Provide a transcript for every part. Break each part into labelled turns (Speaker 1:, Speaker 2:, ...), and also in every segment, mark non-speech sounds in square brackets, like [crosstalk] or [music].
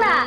Speaker 1: 爸，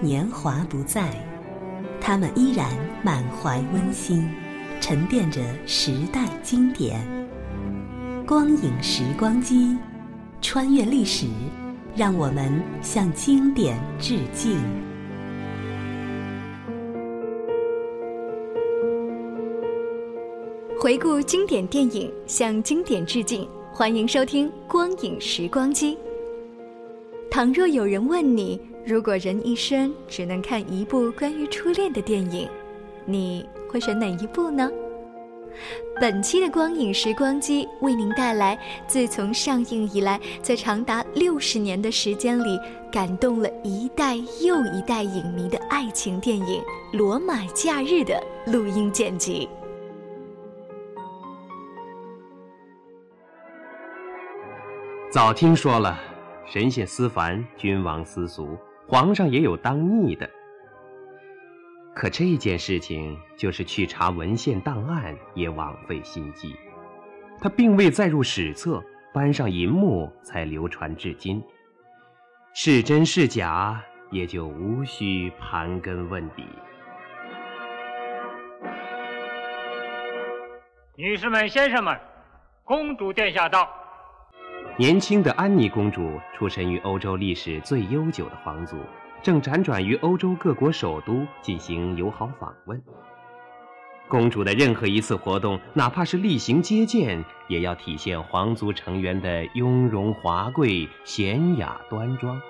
Speaker 2: 年华不再，他们依然满怀温馨，沉淀着时代经典。光影时光机，穿越历史，让我们向经典致敬。
Speaker 3: 回顾经典电影，向经典致敬。欢迎收听《光影时光机》。倘若有人问你，如果人一生只能看一部关于初恋的电影，你会选哪一部呢？本期的《光影时光机》为您带来自从上映以来，在长达六十年的时间里，感动了一代又一代影迷的爱情电影《罗马假日》的录音剪辑。
Speaker 4: 早听说了，神仙思凡，君王思俗，皇上也有当逆的。可这件事情，就是去查文献档案也枉费心机，它并未载入史册，搬上银幕才流传至今。是真是假，也就无需盘根问底。
Speaker 5: 女士们、先生们，公主殿下到。
Speaker 4: 年轻的安妮公主出身于欧洲历史最悠久的皇族，正辗转于欧洲各国首都进行友好访问。公主的任何一次活动，哪怕是例行接见，也要体现皇族成员的雍容华贵、娴雅端庄。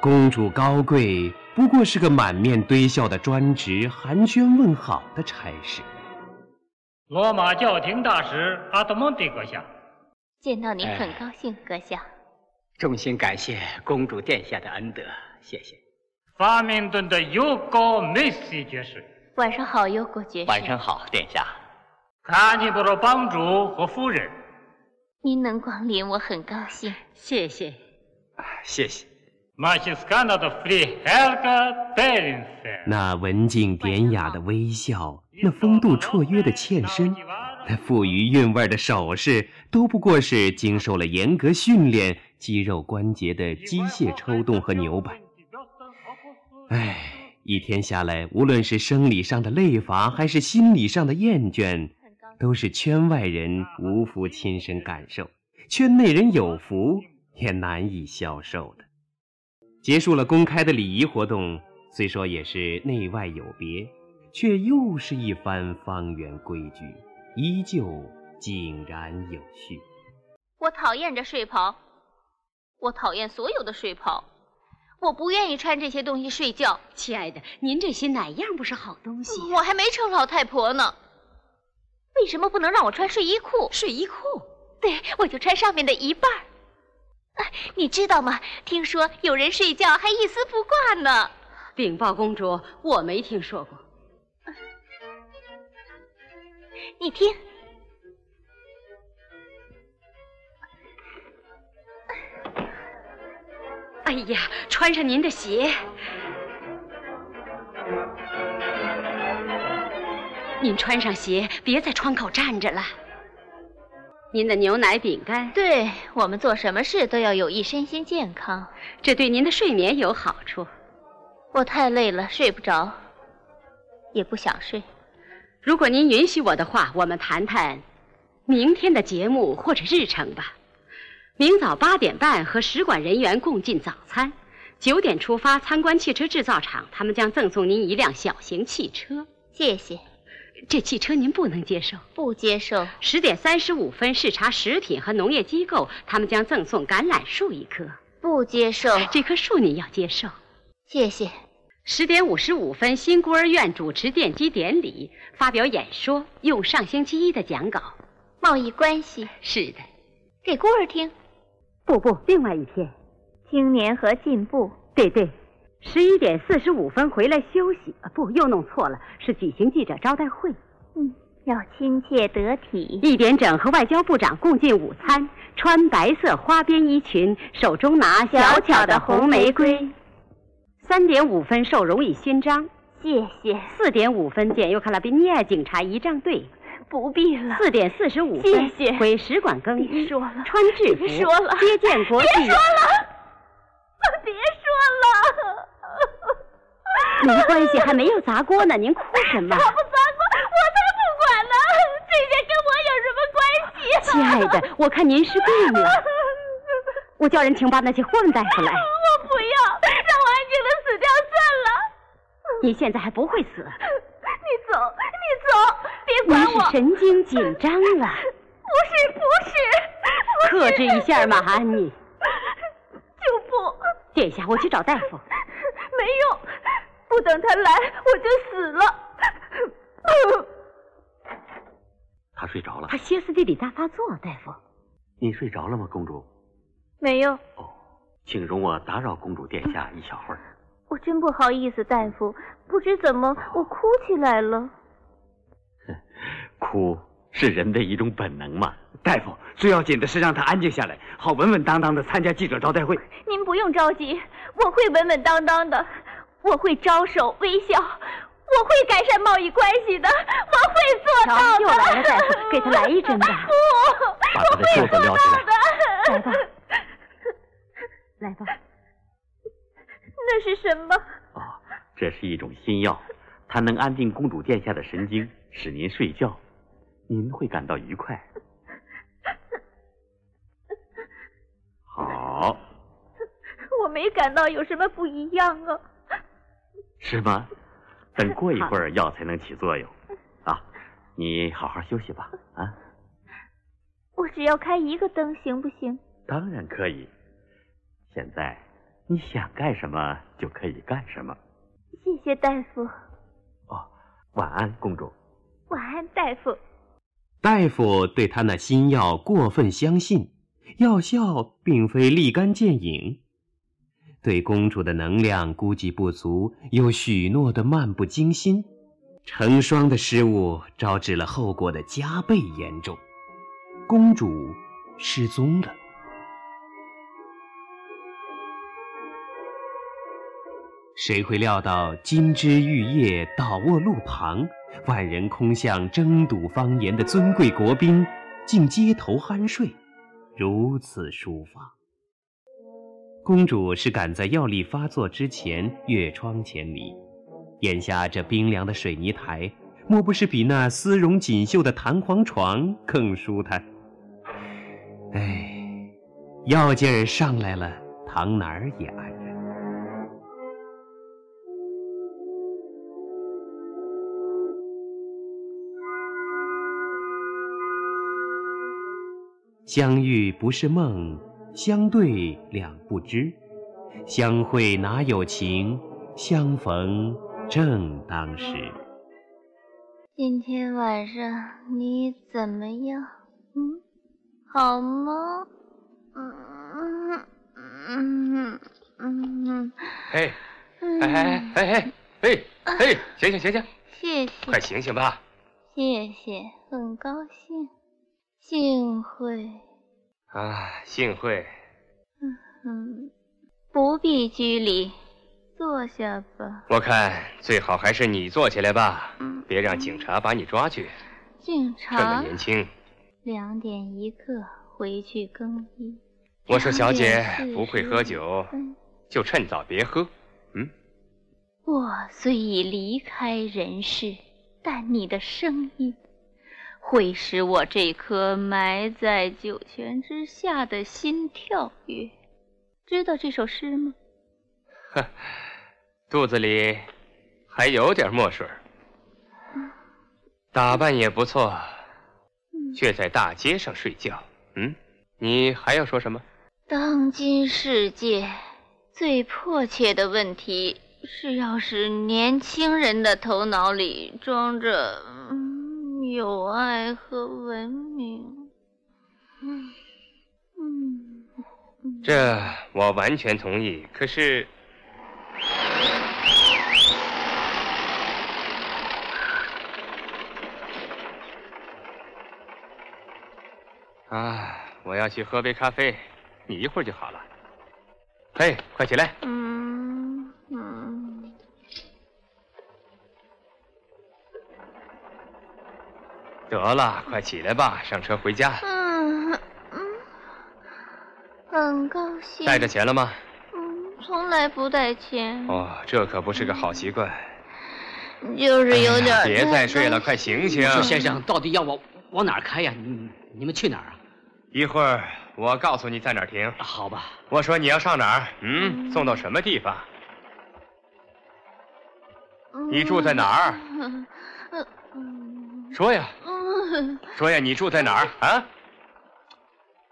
Speaker 4: 公主高贵不过是个满面堆笑的专职寒暄问好的差事。
Speaker 5: 罗马教廷大使阿德蒙蒂阁下，
Speaker 1: 见到你很
Speaker 6: 哎
Speaker 1: 高兴，阁下。
Speaker 6: 衷心感谢公主殿下的恩德，谢谢。
Speaker 5: 发明顿的尤高梅西爵士，
Speaker 1: 晚上好，忧国爵士。
Speaker 6: 晚上好，殿下。
Speaker 5: 卡尼布罗帮主和夫人，
Speaker 1: 您能光临，我很高兴。
Speaker 7: 谢谢。
Speaker 6: 谢谢。
Speaker 5: 马西斯卡纳的弗里黑尔格贝林斯。
Speaker 4: 那文静典雅的微笑，那风度绰约的欠身，那富于韵味的手势，都不过是经受了严格训练、肌肉关节的机械抽动和扭摆。唉，一天下来，无论是生理上的累乏，还是心理上的厌倦，都是圈外人无福亲身感受，圈内人有福也难以消受的。结束了公开的礼仪活动，虽说也是内外有别，却又是一番方圆规矩，依旧井然有序。
Speaker 1: 我讨厌这睡袍，我讨厌所有的睡袍，我不愿意穿这些东西睡觉。
Speaker 7: 亲爱的，您这些哪样不是好东西？
Speaker 1: 我还没成老太婆呢，为什么不能让我穿睡衣裤？
Speaker 7: 睡衣裤，
Speaker 1: 对，我就穿上面的一半儿。哎你知道吗？听说有人睡觉还一丝不挂呢。
Speaker 7: 禀报公主，我没听说过。
Speaker 1: 你听，
Speaker 7: 哎呀，穿上您的鞋。您穿上鞋，别在窗口站着了。您的牛奶、饼干，
Speaker 1: 对我们做什么事都要有益身心健康。
Speaker 7: 这对您的睡眠有好处。
Speaker 1: 我太累了，睡不着，也不想睡。
Speaker 7: 如果您允许我的话，我们谈谈明天的节目或者日程吧。明早八点半和使馆人员共进早餐，九点出发参观汽车制造厂，他们将赠送您一辆小型汽车。
Speaker 1: 谢谢，
Speaker 7: 这汽车您不能接受。
Speaker 1: 不接受。
Speaker 7: 十点三十五分视察食品和农业机构，他们将赠送橄榄树一棵。
Speaker 1: 不接受，
Speaker 7: 这棵树您要接受。
Speaker 1: 谢谢，
Speaker 7: 十点五十五分，新孤儿院主持奠基典礼，发表演说，用上星期一的讲稿。
Speaker 1: 贸易关系
Speaker 7: 是的，
Speaker 1: 给孤儿听。
Speaker 7: 不不，另外一天，
Speaker 1: 青年和进步。
Speaker 7: 对对，十一点四十五分回来休息。啊不，又弄错了，是举行记者招待会。
Speaker 1: 嗯，要亲切得体。
Speaker 7: 一点整和外交部长共进午餐，穿白色花边衣裙，手中拿小巧的红玫瑰。三点五分受荣誉勋章。
Speaker 1: 谢谢。
Speaker 7: 四点五分检由卡拉宾尼亚警察仪仗队。
Speaker 1: 不必了。
Speaker 7: 四点四十五
Speaker 1: 谢
Speaker 7: 分
Speaker 1: 谢。
Speaker 7: 回使
Speaker 1: [laughs]
Speaker 7: 馆更衣
Speaker 1: 别，说了，
Speaker 7: 穿制服，
Speaker 1: 别说了
Speaker 7: 接见国际。
Speaker 1: 别说了，别说了。
Speaker 7: 没关系，还没有砸锅呢，您哭什么
Speaker 1: 砸？不砸锅，我才不管呢！这些跟我有什么关系、啊？
Speaker 7: 亲爱的，我看您是病了，我叫人请把那些混大夫来。
Speaker 1: 我不要，让我安静的死掉算了。
Speaker 7: 你现在还不会死，
Speaker 1: 你走，你走，别
Speaker 7: 您
Speaker 1: 管我
Speaker 7: 是。神经紧张了。
Speaker 1: 不是，不是，不是
Speaker 7: 克制一下嘛，安妮。
Speaker 1: 就不，
Speaker 7: 殿下，我去找大夫。
Speaker 1: 没用，不等他来我就死了。
Speaker 4: 他睡着了
Speaker 7: 他。歇斯底里大发作，大夫。
Speaker 4: 你睡着了吗，公主？
Speaker 1: 没用，
Speaker 4: 请容我打扰公主殿下一小会儿。
Speaker 1: 我真不好意思，大夫，不知怎么我哭起来了。
Speaker 6: 哭是人的一种本能嘛。大夫，最要紧的是让他安静下来，好稳稳当当的参加记者招待会。
Speaker 1: 您不用着急，我会稳稳当当的，我会招手微笑，我会改善贸易关系的，我会做
Speaker 7: 瞧
Speaker 1: 到的。
Speaker 7: 又来了大夫给他来一针吧
Speaker 1: 不，
Speaker 4: 把他的袖子撩起来。
Speaker 7: 来吧，来吧，
Speaker 1: 那是什么？
Speaker 4: 哦，这是一种新药，它能安定公主殿下的神经，使您睡觉，您会感到愉快。好，
Speaker 1: 我没感到有什么不一样啊。
Speaker 4: 是吗？等过一会儿药才能起作用。啊，你好好休息吧。啊，
Speaker 1: 我只要开一个灯，行不行？
Speaker 4: 当然可以。现在你想干什么就可以干什么。
Speaker 1: 谢谢大夫，
Speaker 4: 哦，晚安，公主。
Speaker 1: 晚安，大夫。
Speaker 4: 大夫对他那新药过分相信，药效并非立竿见影，对公主的能量估计不足，又许诺的漫不经心，成双的失误招致了后果的加倍严重，公主失踪了。谁会料到金枝玉叶倒卧路旁，万人空巷争睹方言的尊贵国宾，竟街头酣睡，如此抒发。公主是赶在药力发作之前越窗前离，眼下这冰凉的水泥台，莫不是比那丝绒锦绣的弹簧床更舒坦？哎，药劲儿上来了，躺哪儿也安然。相遇不是梦，相对两不知。相会哪有情，相逢正当时。
Speaker 1: 今天晚上你怎么样？嗯，好吗？嗯嗯嗯
Speaker 8: 哎
Speaker 1: 嗯，
Speaker 8: 哎哎哎哎哎哎，醒醒醒醒，
Speaker 1: 谢
Speaker 8: 快
Speaker 1: 谢
Speaker 8: 醒醒吧！
Speaker 1: 谢谢，很高兴，幸会，
Speaker 8: 啊，幸会，
Speaker 1: 嗯，不必拘礼，坐下吧。嗯
Speaker 8: 我看最好还是你坐起来吧，别让警察把你抓去。
Speaker 1: 警
Speaker 8: 这么
Speaker 1: 察，
Speaker 8: 年轻，
Speaker 1: 两点一刻回去更衣。
Speaker 8: 我说小姐
Speaker 1: 两点四十
Speaker 8: 不会喝酒，
Speaker 1: 嗯，
Speaker 8: 就趁早别喝。
Speaker 1: 我虽已离开人世，但你的声音会使我这颗埋在九泉之下的心跳跃。知道这首诗吗？
Speaker 8: 肚子里还有点墨水儿，嗯打扮也不错，却在大街上睡觉。嗯，你还要说什么？
Speaker 1: 当今世界最迫切的问题是要使年轻人的头脑里装着、嗯、友爱和文明。嗯
Speaker 8: 这我完全同意。可是，啊，我要去喝杯咖啡，你一会儿就好了。嘿，快起来！
Speaker 1: 嗯嗯，
Speaker 8: 得了，快起来吧，上车回家。
Speaker 1: 嗯嗯，很高兴。
Speaker 8: 带着钱了吗？
Speaker 1: 嗯，从来不带钱，
Speaker 8: 哦，这可不是个好习惯。哎
Speaker 1: 就是哎有点儿。
Speaker 8: 别再睡了，快醒醒！
Speaker 9: 说先生，到底要往往哪儿开呀？你你们去哪儿啊？
Speaker 8: 一会儿我告诉你在哪儿停。
Speaker 9: 好吧。
Speaker 8: 我说你要上哪儿？嗯，送到什么地方？你住在哪儿？
Speaker 1: 嗯
Speaker 8: 说呀，
Speaker 1: 嗯
Speaker 8: 说呀，你住在哪儿啊？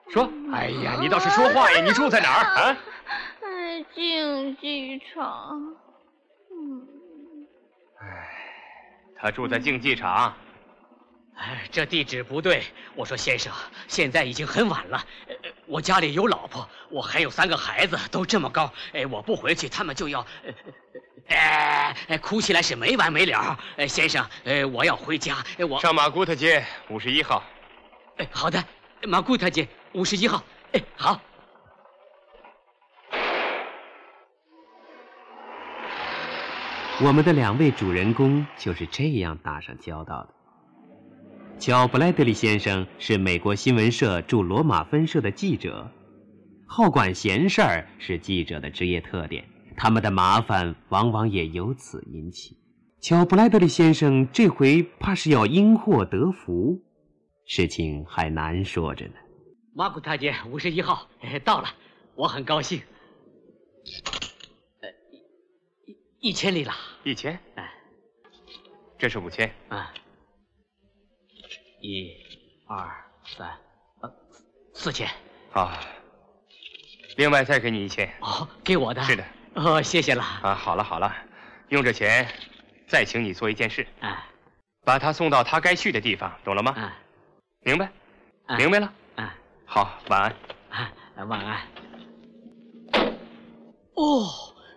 Speaker 8: 说。哎呀，你倒是说话呀！你住在哪儿啊？
Speaker 1: 哎，竞技场，
Speaker 8: 他住在竞技场。
Speaker 7: 哎，这地址不对。我说先生，现在已经很晚了，呃呃我家里有老婆，我还有三个孩子，都这么高，哎，我不回去，他们就要，呃呃哎哎，哭起来是没完没了。哎，先生，哎，我要回家，哎，我
Speaker 8: 上马古特街五十一号。
Speaker 7: 哎，好的，马古特街五十一号。哎，好。
Speaker 4: 我们的两位主人公就是这样打上交道的。乔布莱德利先生是美国新闻社驻罗马分社的记者，好管闲事儿是记者的职业特点，他们的麻烦往往也由此引起。乔布莱德利先生这回怕是要因祸得福，事情还难说着呢。
Speaker 7: 马古大街五十一号，哎，到了，我很高兴。一一千里了，
Speaker 8: 一千，这是五千
Speaker 7: 啊。一、二、三，呃，四千。
Speaker 8: 好，啊另外再给你一千。
Speaker 7: 哦，给我的。
Speaker 8: 是的。
Speaker 7: 哦，谢谢了。
Speaker 8: 啊，好了好了，用这钱，再请你做一件事。
Speaker 7: 啊。
Speaker 8: 把他送到他该去的地方，懂了吗？
Speaker 7: 啊。
Speaker 8: 明白。明白了。
Speaker 7: 啊。
Speaker 8: 好，晚安。
Speaker 7: 啊，晚安。哦，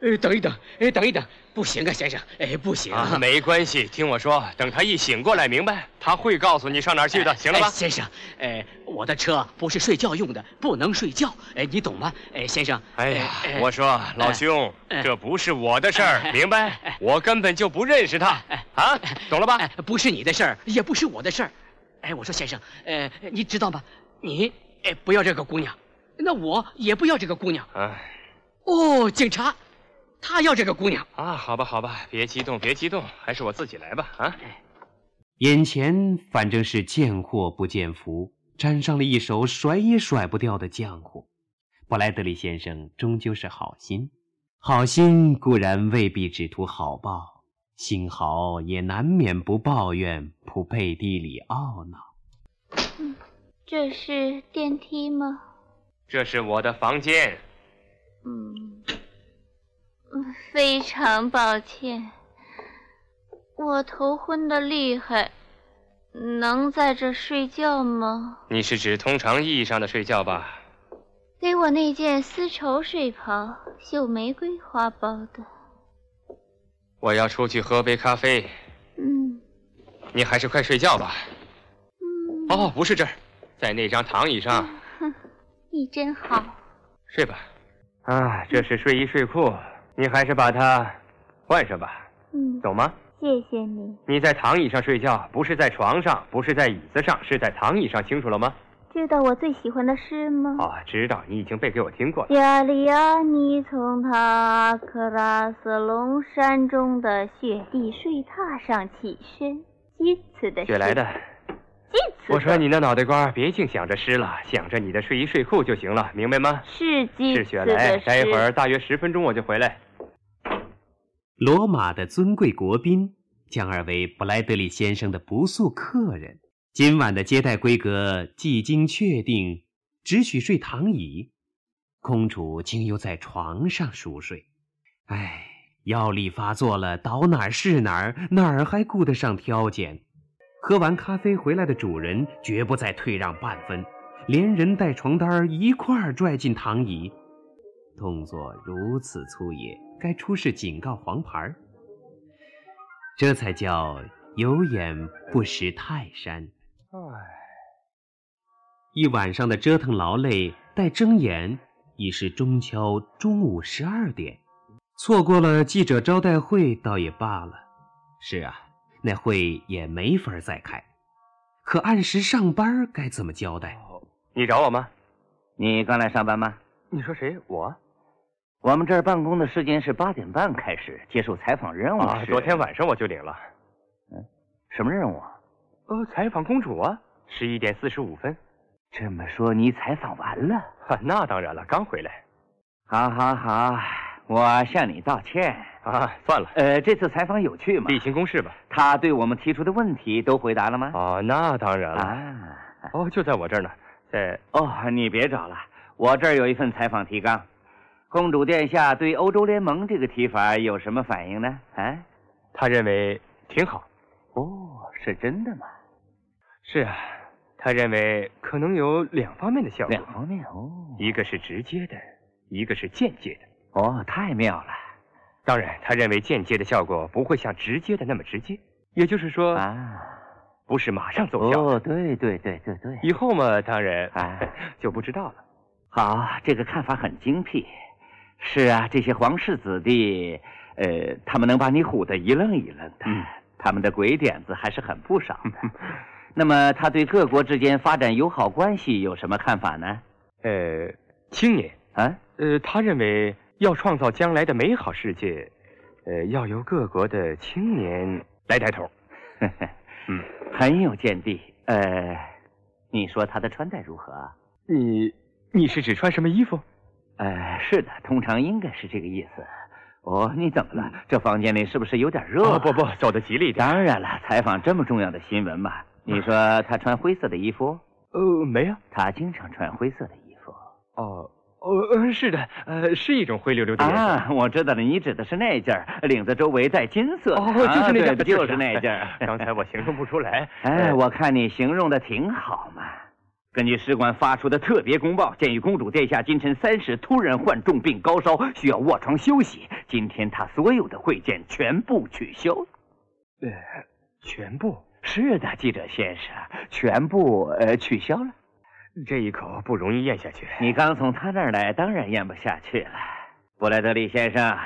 Speaker 7: 哎，等一等，哎，等一等，不行啊，先生，哎，不行
Speaker 8: 啊，没关系，听我说，等他一醒过来，明白，他会告诉你上哪儿去的，啊行了吧？
Speaker 7: 哎先生，哎，我的车不是睡觉用的，不能睡觉，哎，你懂吗？哎，先生，
Speaker 8: 哎呀
Speaker 7: 哎，
Speaker 8: 我说老兄，这不是我的事儿，明白？
Speaker 7: 哎
Speaker 8: 我根本就不认识他啊，懂了吧？
Speaker 7: 不是你的事儿，也不是我的事儿。哎，我说先生，呃，你知道吗？你哎不要这个姑娘，那我也不要这个姑娘。
Speaker 8: 哎，
Speaker 7: 哦，警察，他要这个姑娘。
Speaker 8: 啊，好吧，好吧，别激动，别激动，还是我自己来吧，啊。
Speaker 4: 眼前反正是见祸不见福，沾上了一手甩也甩不掉的浆糊。布莱德利先生终究是好心，好心固然未必只图好报，心好也难免不抱怨，不背地里懊恼。
Speaker 1: 这是电梯吗？
Speaker 8: 这是我的房间，
Speaker 1: 嗯，嗯非常抱歉，我头昏的厉害，能在这睡觉吗？
Speaker 8: 你是指通常意义上的睡觉吧？
Speaker 1: 给我那件丝绸睡袍，绣玫瑰花苞的。
Speaker 8: 我要出去喝杯咖啡，
Speaker 1: 嗯，
Speaker 8: 你还是快睡觉吧。哦，不是这儿，在那张躺椅上
Speaker 1: 你真好。
Speaker 8: 睡吧。啊，这是睡衣睡裤，你还是把它换上吧，
Speaker 1: 嗯，
Speaker 8: 懂吗？
Speaker 1: 谢谢你，
Speaker 8: 你在躺椅上睡觉，不是在床上，不是在椅子上，是在躺椅上，清楚了吗？
Speaker 1: 知道我最喜欢的诗吗？
Speaker 8: 啊，知道，你已经背给我听过了。
Speaker 1: 亚利亚尼从塔克拉斯隆山中的雪地睡榻上起身，今此的
Speaker 8: 雪来的，
Speaker 1: 今此
Speaker 8: 我说你那脑袋瓜儿别净想着诗了，想着你的睡衣睡裤就行了，明白吗？
Speaker 1: 是今
Speaker 8: 嗯是
Speaker 1: 此
Speaker 8: 雪
Speaker 1: 的
Speaker 8: 来，
Speaker 1: 诗
Speaker 8: 待会儿大约十分钟我就回来。
Speaker 4: 罗马的尊贵国宾将二为布莱德利先生的不速客人。今晚的接待规格既经确定，只许睡躺椅。公主竟又在床上熟睡，唉，药力发作了，倒哪儿是哪儿，哪儿还顾得上挑拣？喝完咖啡回来的主人绝不再退让半分，连人带床单儿一块儿拽进躺椅。动作如此粗野，该出示警告黄牌儿。这才叫有眼不识泰山。
Speaker 10: 哎，
Speaker 4: 一晚上的折腾劳累，待睁眼已是中秋中午十二点。错过了记者招待会倒也罢了，是啊，那会也没法儿再开。可按时上班儿该怎么交代？
Speaker 8: 你找我吗？
Speaker 11: 你刚来上班吗？
Speaker 10: 你说谁？我？
Speaker 11: 我们这儿办公的时间是八点半开始，接受采访任务是、
Speaker 8: 啊，昨天晚上我就领了。
Speaker 11: 嗯，什么任务啊？
Speaker 8: 呃，采访公主啊，十一点四十五分。
Speaker 11: 这么说你采访完了？
Speaker 8: 哈，那当然了，刚回来。
Speaker 11: 好好好，我向你道歉
Speaker 8: 啊，算了。
Speaker 11: 呃，这次采访有趣吗？
Speaker 8: 例行公事吧。
Speaker 11: 他对我们提出的问题都回答了吗？
Speaker 8: 哦，那当然了。
Speaker 11: 啊，
Speaker 8: 哦，就在我这儿呢，在
Speaker 11: 哦，你别找了，我这儿有一份采访提纲。公主殿下对欧洲联盟这个提法有什么反应呢？啊，
Speaker 8: 她认为挺好。
Speaker 11: 哦，是真的吗？
Speaker 8: 是啊，她认为可能有两方面的效果。
Speaker 11: 两方面哦，
Speaker 8: 一个是直接的，一个是间接的。
Speaker 11: 哦，太妙了！
Speaker 8: 当然，她认为间接的效果不会像直接的那么直接，也就是说
Speaker 11: 啊，
Speaker 8: 不是哦马上奏效。
Speaker 11: 哦，对对对对对。
Speaker 8: 以后嘛，当然
Speaker 11: 啊
Speaker 8: [laughs] 就不知道了。
Speaker 11: 好，啊这个看法很精辟。是啊，这些皇室子弟，呃，他们能把你唬得一愣一愣的，
Speaker 8: 嗯、
Speaker 11: 他们的鬼点子还是很不少
Speaker 8: [laughs]
Speaker 11: 的。那么，他对各国之间发展友好关系有什么看法呢？
Speaker 8: 呃，青年
Speaker 11: 啊，
Speaker 8: 呃，他认为要创造将来的美好世界，呃，要由各国的青年来带头。
Speaker 11: 嗯，很有见地。呃，你说他的穿戴如何？啊
Speaker 8: 你你是指穿什么衣服？
Speaker 11: 呃，是的，通常应该是这个意思。哦，你怎么了？这房间里是不是有点热、啊
Speaker 8: 嗯哦？不不，走得吉利点。
Speaker 11: 当然了，采访这么重要的新闻嘛。你说他穿灰色的衣服？
Speaker 8: 呃，没啊。
Speaker 11: 他经常穿灰色的衣服。
Speaker 8: 哦，哦，是的，呃，是一种灰溜溜的颜色。
Speaker 11: 啊，我知道了，你指的是那件儿，领子周围带金色的。
Speaker 8: 哦，就是那件、
Speaker 11: 啊，就是那件。
Speaker 8: [laughs] 刚才我形容不出来。
Speaker 11: [laughs] 哎，我看你形容的挺好嘛。根据使馆发出的特别公报，鉴于公主殿下今晨三时突然患重病高烧，需要卧床休息，今天她所有的会见全部取消。
Speaker 8: 呃，全部？
Speaker 11: 是的，记者先生，全部呃取消了。
Speaker 8: 这一口不容易咽下去。
Speaker 11: 你刚从他那儿来，当然咽不下去了。布莱德利先生，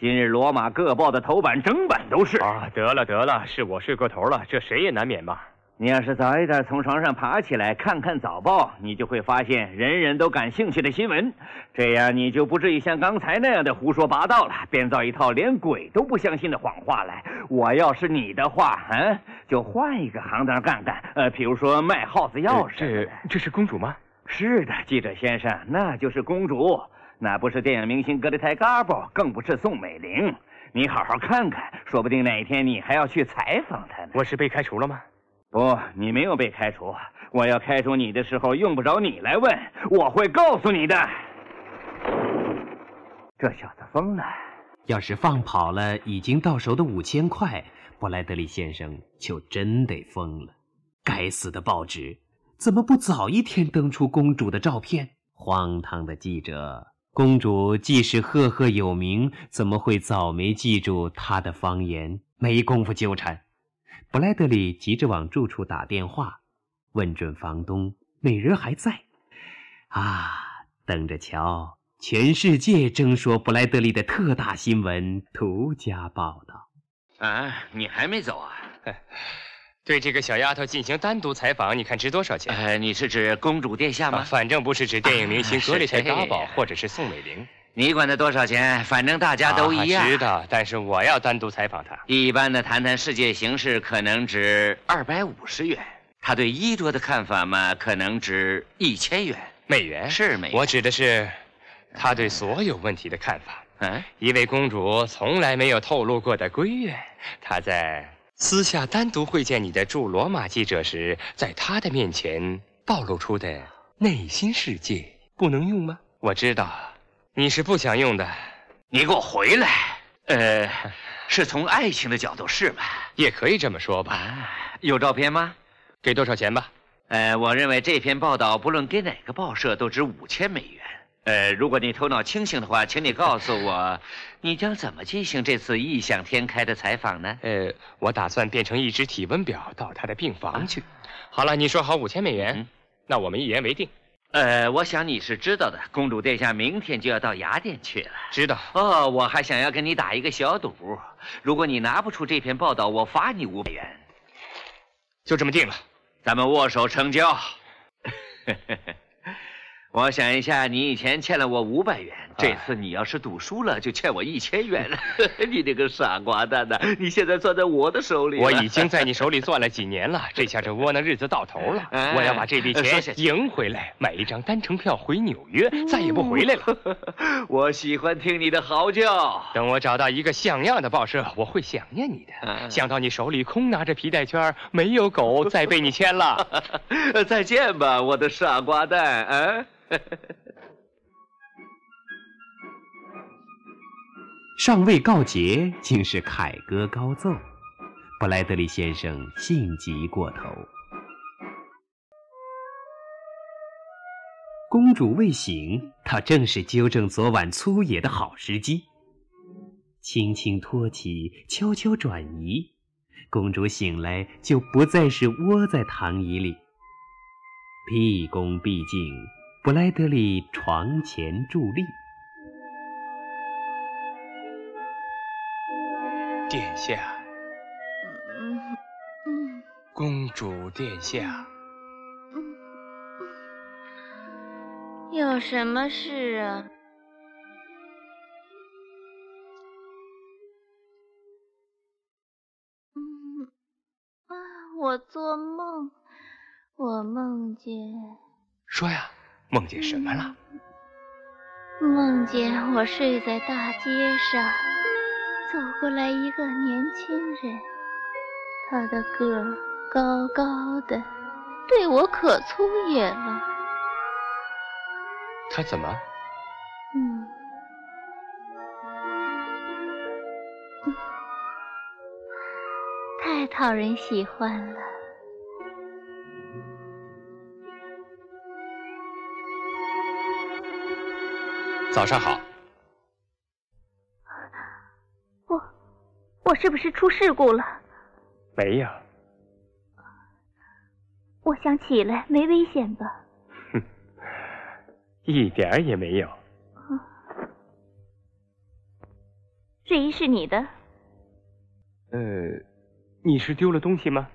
Speaker 11: 今日罗马各报的头版整版都是。
Speaker 8: 啊，得了得了，是我睡过头了，这谁也难免吧。
Speaker 11: 你要是早一点从床上爬起来，看看早报，你就会发现人人都感兴趣的新闻。这样你就不至于像刚才那样的胡说八道了，编造一套哦连鬼都不相信的谎话来。我要是你的话，嗯，就换一个行当干干。呃，比如说卖耗子药
Speaker 8: 这这是公主吗？
Speaker 11: 是的，记者先生，那就是公主，那不是电影明星格丽泰·嘎布，更不是宋美龄。你好好看看，说不定哪一天你还要去采访她呢。
Speaker 8: 我是被开除了吗？
Speaker 11: 不、哦，你没有被开除。啊我要开除你的时候，用不着你来问，我会告诉你的。这小子疯了！
Speaker 4: 要是放跑了已经到手的五千块，布莱德利先生就真得疯了。该死的报纸，怎么不早一天登出公主的照片？荒唐的记者，公主既是赫赫有名，怎么会早没记住她的方言？没工夫纠缠。布莱德利急着往住处打电话，问准房东那人还在。啊，等着瞧！全世界争说布莱德利的特大新闻独家报道。
Speaker 12: 啊，你还没走啊？
Speaker 8: 对这个小丫头进行单独采访，你看值多少
Speaker 4: 啊
Speaker 8: 钱？
Speaker 12: 呃，你是指公主殿下吗？啊、
Speaker 8: 反正不是指电影明星格丽特·嘎宝或者是宋美龄。
Speaker 12: 你管他多少钱，反正大家都一样。
Speaker 8: 啊、知道，但是我要单独采访他。
Speaker 12: 一般的谈谈世界形势，可能值二百五十元；他对衣着的看法嘛，可能值一千元。
Speaker 8: 美元
Speaker 12: 是美元。
Speaker 8: 哎我指的是他对所有问题的看法。
Speaker 12: 嗯、啊，
Speaker 8: 一位公主从来没有透露过的闺怨，她在私下单独会见你的驻罗马记者时，在他的面前暴露出的内心世界，不能用吗？我知道。你是不想用的，
Speaker 12: 你给我回来。呃，是从爱情的角度是吧？
Speaker 8: 也可以这么说吧。啊、
Speaker 12: 有照片吗？
Speaker 8: 给多少钱吧？
Speaker 12: 呃，我认为这篇报道不论给哪个报社都值五千美元。呃，如果你头脑清醒的话，请你告诉我，你将怎么进行这次异想天开的采访呢？
Speaker 8: 呃，我打算变成一只体温表到他的病房
Speaker 4: 啊
Speaker 8: 去。好了，你说好五千美元，那我们一言为定。
Speaker 12: 呃，我想你是知道的，公主殿下明天就要到雅典去了。
Speaker 8: 知道。
Speaker 12: 哦，我还想要跟你打一个小赌，如果你拿不出这篇报道，我罚你五百元。
Speaker 8: 就这么定了，
Speaker 12: 咱们握手成交。 [laughs] 我想一下，你以前欠了我五百元，
Speaker 8: 哎
Speaker 12: 这次你要是赌输了，就欠我一千元 [laughs] 了。你这个傻瓜蛋呐、你现在攥在我的手里了。
Speaker 8: 我已经在你手里攥了几年 [laughs] 了，这下这窝囊日子到头了，
Speaker 12: 哎
Speaker 8: 我要把这笔
Speaker 12: 说下
Speaker 8: 钱
Speaker 12: 去
Speaker 8: 赢回来，买一张单程票回纽约，再也不回来了。
Speaker 12: [laughs] 我喜欢听你的嚎叫。
Speaker 8: 等我找到一个像样的报社，我会想念你的。想到你手里空拿着皮带圈儿，没有 [laughs] 狗再被你牵 [laughs] 了。
Speaker 12: 再见吧，我的傻瓜蛋啊！
Speaker 4: 尚未告捷，竟是凯歌高奏。布莱德利先生性急过头。公主未醒，他正是纠正昨晚粗野的好时机。轻轻托起，悄悄转移，公主醒来就不再是窝在躺椅里。毕恭毕敬，布莱德利床前伫立。
Speaker 8: 殿下，公主殿下，
Speaker 1: 有什么事啊？嗯啊，我做梦，我梦见
Speaker 8: 说呀，梦见什么了？
Speaker 1: 梦见我睡在大街上，走过来一个年轻人，他的个儿高高的，对我可粗野了。
Speaker 8: 她怎么？
Speaker 13: [laughs]
Speaker 1: 嗯，太讨人喜欢了。
Speaker 8: 早上好，
Speaker 13: 我是不是出事故了？
Speaker 8: 没有。
Speaker 13: 我想起来，没危险吧？
Speaker 8: 一点儿也没有。
Speaker 13: 这衣是你的？
Speaker 8: 呃，你是丢了东西吗？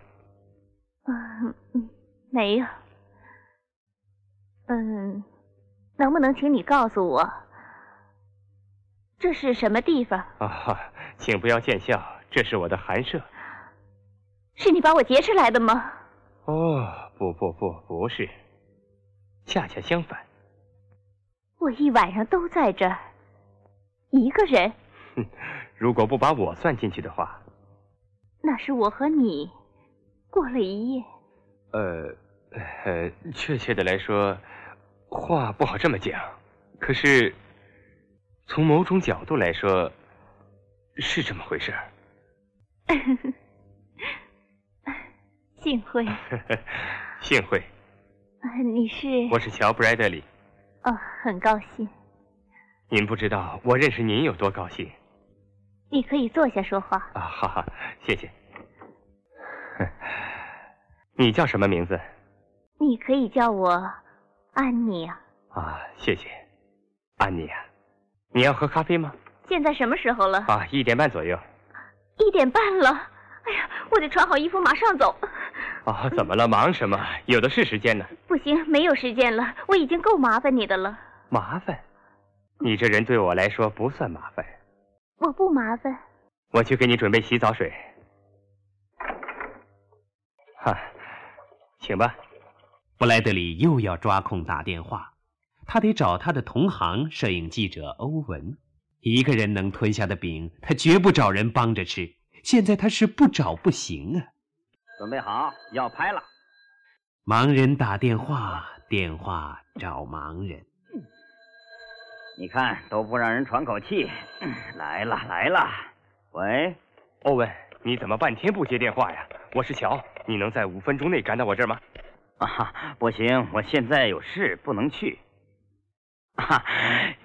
Speaker 13: 嗯，嗯没有。嗯，能不能请你告诉我，这是什么地方？
Speaker 8: 啊，请不要见笑，这是我的寒舍。
Speaker 13: 是你把我劫出来的吗？
Speaker 8: 哦，不不不，不是，恰恰相反，
Speaker 13: 我一晚上都在这儿，一个人。
Speaker 8: 如果不把我算进去的话，
Speaker 13: 那是我和你过了一夜。
Speaker 8: 呃，呃，确切的来说，话不好这么讲。可是，从某种角度来说，是这么回事儿。
Speaker 13: 幸 [laughs] 会，
Speaker 8: 幸会，
Speaker 13: 呃你是
Speaker 8: 我是乔布莱德利。
Speaker 13: 哦，很高兴。
Speaker 8: 您不知道我认识您有多高兴
Speaker 13: 你可以坐下说话。
Speaker 8: 啊！哈哈，谢谢。 [laughs] 你叫什么名字
Speaker 13: 你可以叫我安妮啊。
Speaker 8: 啊？谢谢，安妮啊，你要喝咖啡吗？
Speaker 13: 现在什么时候了？
Speaker 8: 啊，一点半左右。
Speaker 13: 一点半了。哎呀，我得穿好衣服马上走。
Speaker 8: 啊，怎么了？忙什么？有的是时间呢。
Speaker 13: 不行，没有时间了，我已经够麻烦你的了。
Speaker 8: 麻烦，你这人对我来说不算麻烦。
Speaker 13: 我不麻烦，
Speaker 8: 我去给你准备洗澡水。哈，请吧。
Speaker 4: 布莱德里又要抓空打电话，他得找他的同行摄影记者欧文。一个人能吞下的饼，他绝不找人帮着吃。现在他是不找不行啊！
Speaker 11: 准备好，要拍了。
Speaker 4: 盲人打电话，电话找盲人。
Speaker 11: 你看都不让人喘口气，嗯来了来了。喂，
Speaker 8: 欧文，你怎么半天不接电话呀？我是乔，你能在五分钟内赶到我这儿吗？
Speaker 14: 啊，不行，我现在有事不能去。啊，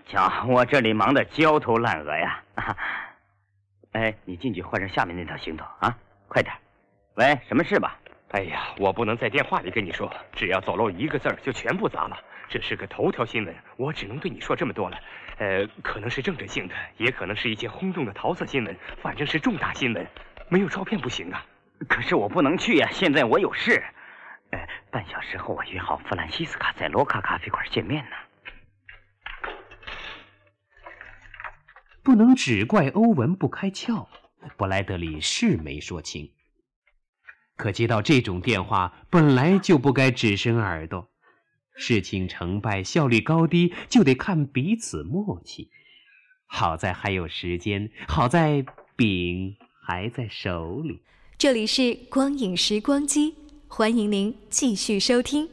Speaker 14: 瞧，我这里忙得焦头烂额呀。啊哎，你进去换上下面那套行头啊，快点。喂，什么事吧？
Speaker 8: 哎呀，我不能在电话里跟你说，只要走漏一个字儿就全部砸了。这是个头条新闻，我只能对你说这么多了。呃，可能是政治性的，也可能是一件轰动的桃色新闻，反正是重大新闻，没有照片不行啊。
Speaker 14: 可是我不能去呀、现在我有事。呃，半小时后我约好弗兰西斯卡在罗卡咖啡馆见面呢。
Speaker 4: 不能只怪欧文不开窍，布莱德里是没说清。可接到这种电话，本来就不该只伸耳朵。事情成败、效率高低，就得看彼此默契。好在还有时间，好在饼还在手里。
Speaker 3: 这里是光影时光机，欢迎您继续收听。